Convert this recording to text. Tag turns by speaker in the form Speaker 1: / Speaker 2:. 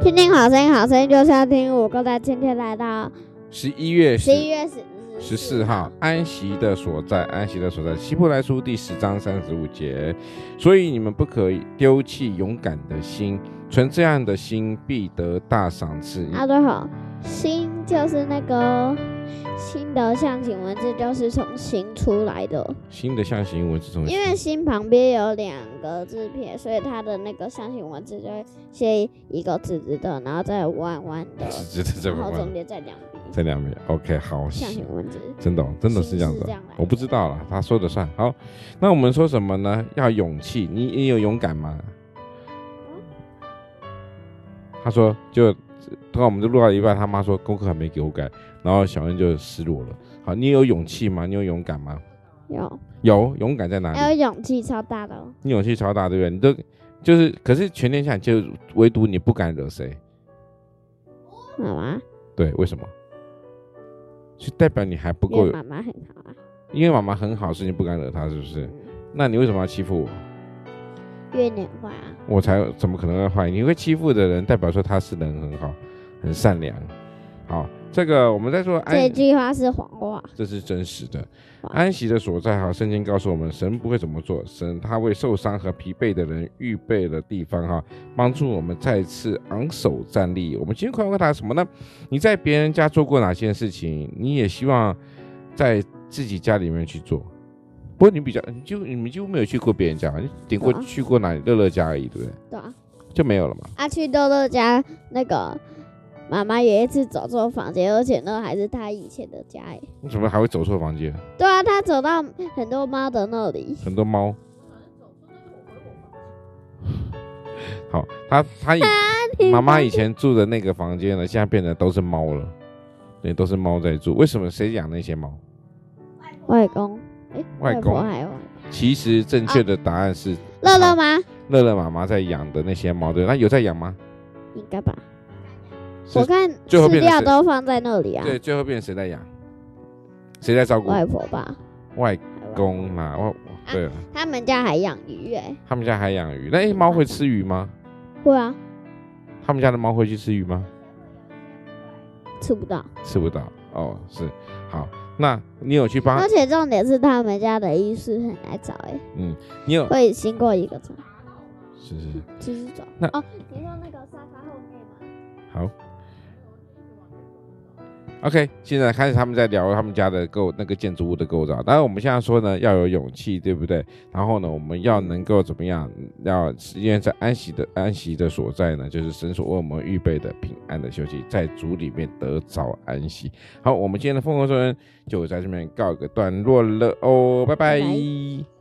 Speaker 1: 听听好声音，好声音就是要听五个在今天来到
Speaker 2: 十一月
Speaker 1: 十一月十
Speaker 2: 十四号，安息的所在，安息的所在，希伯来书第十章三十五节。所以你们不可以丢弃勇敢的心，存这样的心必得大赏赐。
Speaker 1: 啊，对吼，心就是那个心的象形文字，就是从心出来的，
Speaker 2: 新的象形文字从
Speaker 1: 因为心旁边有两个字撇，所以它的那个象形文字就会先一个直直的，然后再弯弯 的，
Speaker 2: 只值得这
Speaker 1: 然
Speaker 2: 么
Speaker 1: 后中
Speaker 2: 问，
Speaker 1: 间再两笔
Speaker 2: 这两边 OK 好，
Speaker 1: 象形文字。
Speaker 2: 真的哦、真的是
Speaker 1: 心
Speaker 2: 这样
Speaker 1: 是
Speaker 2: 子哦、
Speaker 1: 这样来的
Speaker 2: 我不知道啦，他说的算。好，那我们说什么呢？要勇气，你你有勇敢吗？他说，就刚好我们就录到一半，他妈说功课还没给我改，然后小恩就失落了。好，你有勇气吗？你有勇敢吗？
Speaker 1: 有，
Speaker 2: 有，勇敢在哪里？
Speaker 1: 还有勇气超大的哦。
Speaker 2: 你勇气超大，对不对？你都就是，可是全天下就唯独你不敢惹谁，
Speaker 1: 妈妈，
Speaker 2: 对？为什么？就代表你还不
Speaker 1: 因
Speaker 2: 够
Speaker 1: 为
Speaker 2: 有，
Speaker 1: 妈妈很好啊，嗯
Speaker 2: 因为妈妈很好，所以你不敢惹她，是不是？那你为什么要欺负我？
Speaker 1: 越年化啊，
Speaker 2: 我才怎么可能会坏？你会欺负的人，代表说他是人很好，很善良。好，这个我们在说
Speaker 1: 这
Speaker 2: 安，
Speaker 1: 句话是谎话。
Speaker 2: 这是真实的。
Speaker 1: 哇
Speaker 2: 安息的所在哈，圣经告诉我们，神不会怎么做，神他为受伤和疲惫的人预备了地方哈，帮助我们再次昂首站立。我们今天快问他什么呢？你在别人家做过哪些事情？你也希望在自己家里面去做。不过你比较，你就你们几乎没有去过别人家吧，你顶过
Speaker 1: 有啊
Speaker 2: 去过哪里乐乐家而已，对不对？
Speaker 1: 对啊，
Speaker 2: 就没有了嘛。
Speaker 1: 啊，去豆豆家那个妈妈有一次走错房间，而且那还是她以前的家哎。
Speaker 2: 你怎么还会走错房间？
Speaker 1: 对啊，她走到很多猫的那里，
Speaker 2: 很多猫。好，他他以 妈妈以前住的那个房间呢，现在变得都是猫了，对，都是猫在住。为什么谁养那些猫？
Speaker 1: 外公，哎、
Speaker 2: 外
Speaker 1: 外婆
Speaker 2: 公
Speaker 1: 还有外
Speaker 2: 其实正确的答案是
Speaker 1: 啊乐乐吗？
Speaker 2: 乐乐妈妈在养的那些猫，对，那有在养吗？
Speaker 1: 应该吧。
Speaker 2: 是
Speaker 1: 我看
Speaker 2: 最后
Speaker 1: 饲
Speaker 2: 变成
Speaker 1: 料
Speaker 2: 是
Speaker 1: 都放在那里啊，
Speaker 2: 对，最后变成谁在养？谁在照顾？
Speaker 1: 外啊婆吧。
Speaker 2: 外
Speaker 1: 还有外
Speaker 2: 公嘛，外对了，
Speaker 1: 他们家还养鱼哎、
Speaker 2: 他们家还养鱼。那诶猫会吃鱼吗？
Speaker 1: 会啊，
Speaker 2: 他们家的猫会去吃鱼吗？
Speaker 1: 吃不到。
Speaker 2: 吃不到哦，是好。那你有去帮
Speaker 1: 而且重点是他们家的医师很爱找哎、
Speaker 2: 嗯，你有
Speaker 1: 会经过一个站，
Speaker 2: 是是是
Speaker 1: 就是走。
Speaker 2: 那
Speaker 1: 哦，你说那个沙发后面吗？
Speaker 2: 好。OK，现在开始他们在聊他们家的构那个建筑物的构造。当然我们现在说呢，要有勇气，对不对？然后呢，我们要能够怎么样？要因为在安息的安息的所在呢，就是神所为我们预备的平安的休息，在主里面得着安息。好，我们今天的凤凰说就在这边告一个段落了哦，拜拜
Speaker 1: 拜